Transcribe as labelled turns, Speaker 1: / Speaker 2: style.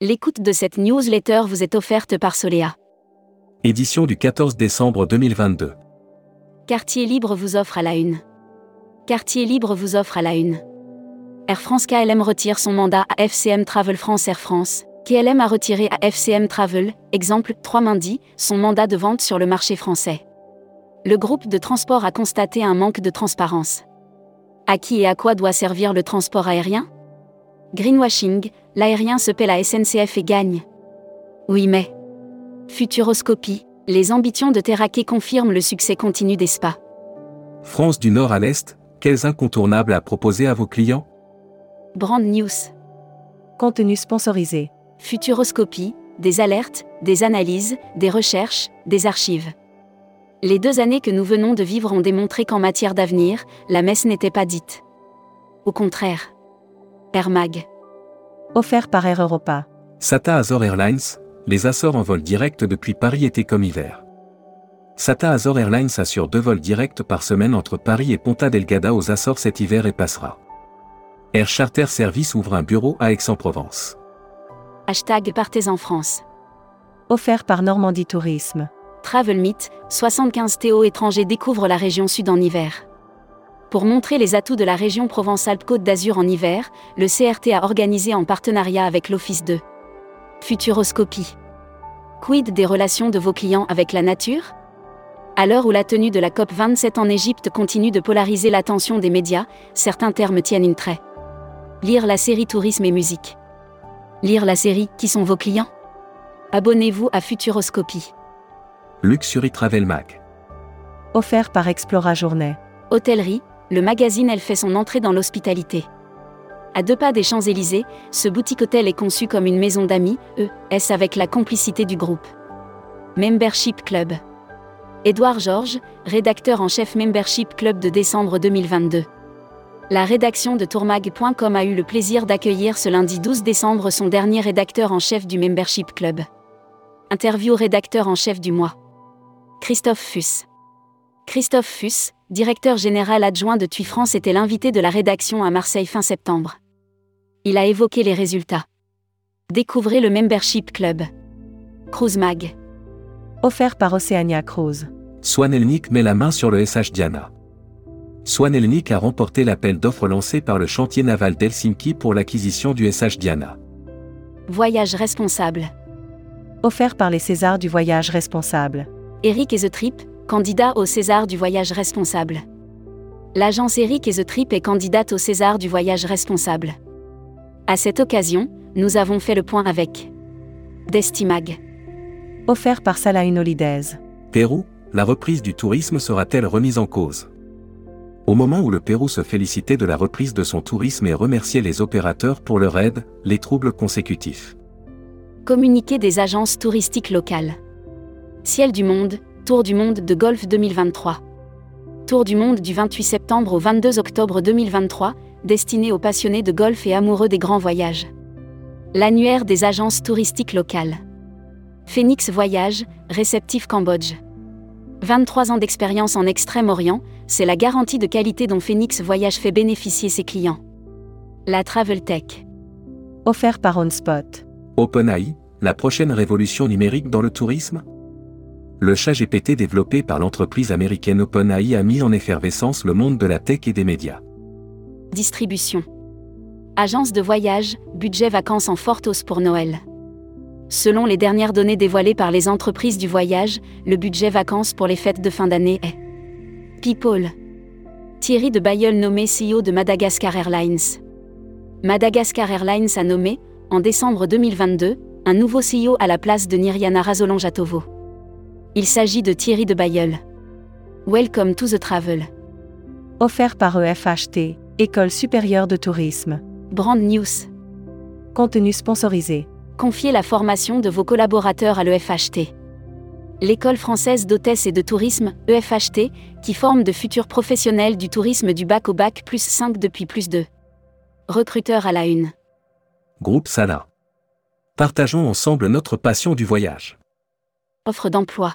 Speaker 1: L'écoute de cette newsletter vous est offerte par Solea.
Speaker 2: Édition du 14 décembre 2022.
Speaker 1: Quartier Libre vous offre à la une. Quartier Libre vous offre à la une. Air France KLM retire son mandat à FCM Travel France Air France. KLM a retiré à FCM Travel, exemple 3 lundi, son mandat de vente sur le marché français. Le groupe de transport a constaté un manque de transparence. À qui et à quoi doit servir le transport aérien Greenwashing, l'aérien se paie la SNCF et gagne. Oui mais. Futuroscopie, les ambitions de Terraquet confirment le succès continu des spas.
Speaker 2: France du nord à l'est, quels incontournables à proposer à vos clients
Speaker 1: Brand News,
Speaker 3: Contenu sponsorisé.
Speaker 1: Futuroscopie, des alertes, des analyses, des recherches, des archives. Les deux années que nous venons de vivre ont démontré qu'en matière d'avenir, la messe n'était pas dite. Au contraire. Air Mag.
Speaker 3: Offert par Air Europa.
Speaker 2: SATA Azor Airlines, les Açores en vol direct depuis Paris été comme hiver. SATA Azor Airlines assure deux vols directs par semaine entre Paris et Ponta Delgada aux Açores cet hiver et passera. Air Charter Service ouvre un bureau à Aix-en-Provence.
Speaker 1: Hashtag Partez en France.
Speaker 3: Offert par Normandie Tourisme.
Speaker 1: Travel Meet, 75 Théo étrangers découvrent la région sud en hiver. Pour montrer les atouts de la région Provence-Alpes-Côte d'Azur en hiver, le CRT a organisé en partenariat avec l'Office de Futuroscopie. Quid des relations de vos clients avec la nature À l'heure où la tenue de la COP27 en Égypte continue de polariser l'attention des médias, certains termes tiennent une trait. Lire la série Tourisme et musique. Lire la série Qui sont vos clients Abonnez-vous à Futuroscopie.
Speaker 2: Luxury Travel Mag.
Speaker 3: Offert par Explora Journée.
Speaker 1: Hôtellerie, le magazine Elle fait son entrée dans l'hospitalité. À deux pas des Champs-Élysées, ce boutique hôtel est conçu comme une maison d'amis, ES avec la complicité du groupe. Membership Club. Édouard Georges, rédacteur en chef Membership Club de décembre 2022. La rédaction de tourmag.com a eu le plaisir d'accueillir ce lundi 12 décembre son dernier rédacteur en chef du Membership Club. Interview rédacteur en chef du mois. Christophe Fuss. Christophe Fuss, directeur général adjoint de TUI France, était l'invité de la rédaction à Marseille fin septembre. Il a évoqué les résultats. Découvrez le Membership Club. Cruise Mag.
Speaker 3: Offert par Oceania Cruise.
Speaker 2: Swan Elnik met la main sur le SH Diana. Swan Elnik a remporté l'appel d'offres lancé par le chantier naval d'Helsinki pour l'acquisition du SH Diana.
Speaker 1: Voyage responsable.
Speaker 3: Offert par les Césars du voyage responsable.
Speaker 1: Eric et The Trip, candidat au César du voyage responsable. L'agence Eric et The Trip est candidate au César du voyage responsable. À cette occasion, nous avons fait le point avec Destimag.
Speaker 3: Offert par Salahin Holidays.
Speaker 2: Pérou, la reprise du tourisme sera-t-elle remise en cause Au moment où le Pérou se félicitait de la reprise de son tourisme et remerciait les opérateurs pour leur aide, les troubles consécutifs.
Speaker 1: Communiqué des agences touristiques locales. Ciel du monde, Tour du monde de golf 2023. Tour du monde du 28 septembre au 22 octobre 2023, destiné aux passionnés de golf et amoureux des grands voyages. L'annuaire des agences touristiques locales. Phoenix Voyage, réceptif Cambodge. 23 ans d'expérience en Extrême-Orient, c'est la garantie de qualité dont Phoenix Voyage fait bénéficier ses clients. La Travel Tech.
Speaker 3: Offert par OnSpot.
Speaker 2: OpenAI, la prochaine révolution numérique dans le tourisme Le chat GPT développé par l'entreprise américaine OpenAI a mis en effervescence le monde de la tech et des médias.
Speaker 1: Distribution. Agence de voyage, budget vacances en forte hausse pour Noël. Selon les dernières données dévoilées par les entreprises du voyage, le budget vacances pour les fêtes de fin d'année est People. Thierry de Bayeul nommé CEO de Madagascar Airlines. Madagascar Airlines a nommé, en décembre 2022, un nouveau CEO à la place de Niriana Razolan-Jatovo. Il s'agit de Thierry de Bayeul. Welcome to the travel.
Speaker 3: Offert par E EFHT, École supérieure de tourisme.
Speaker 1: Brand News.
Speaker 3: Contenu sponsorisé.
Speaker 1: Confiez la formation de vos collaborateurs à l'EFHT. L'école française d'hôtesse et de tourisme, E EFHT, qui forme de futurs professionnels du tourisme du bac au bac plus 5 depuis plus 2. Recruteur à la une.
Speaker 2: Groupe Sala. Partageons ensemble notre passion du voyage.
Speaker 1: Offre d'emploi.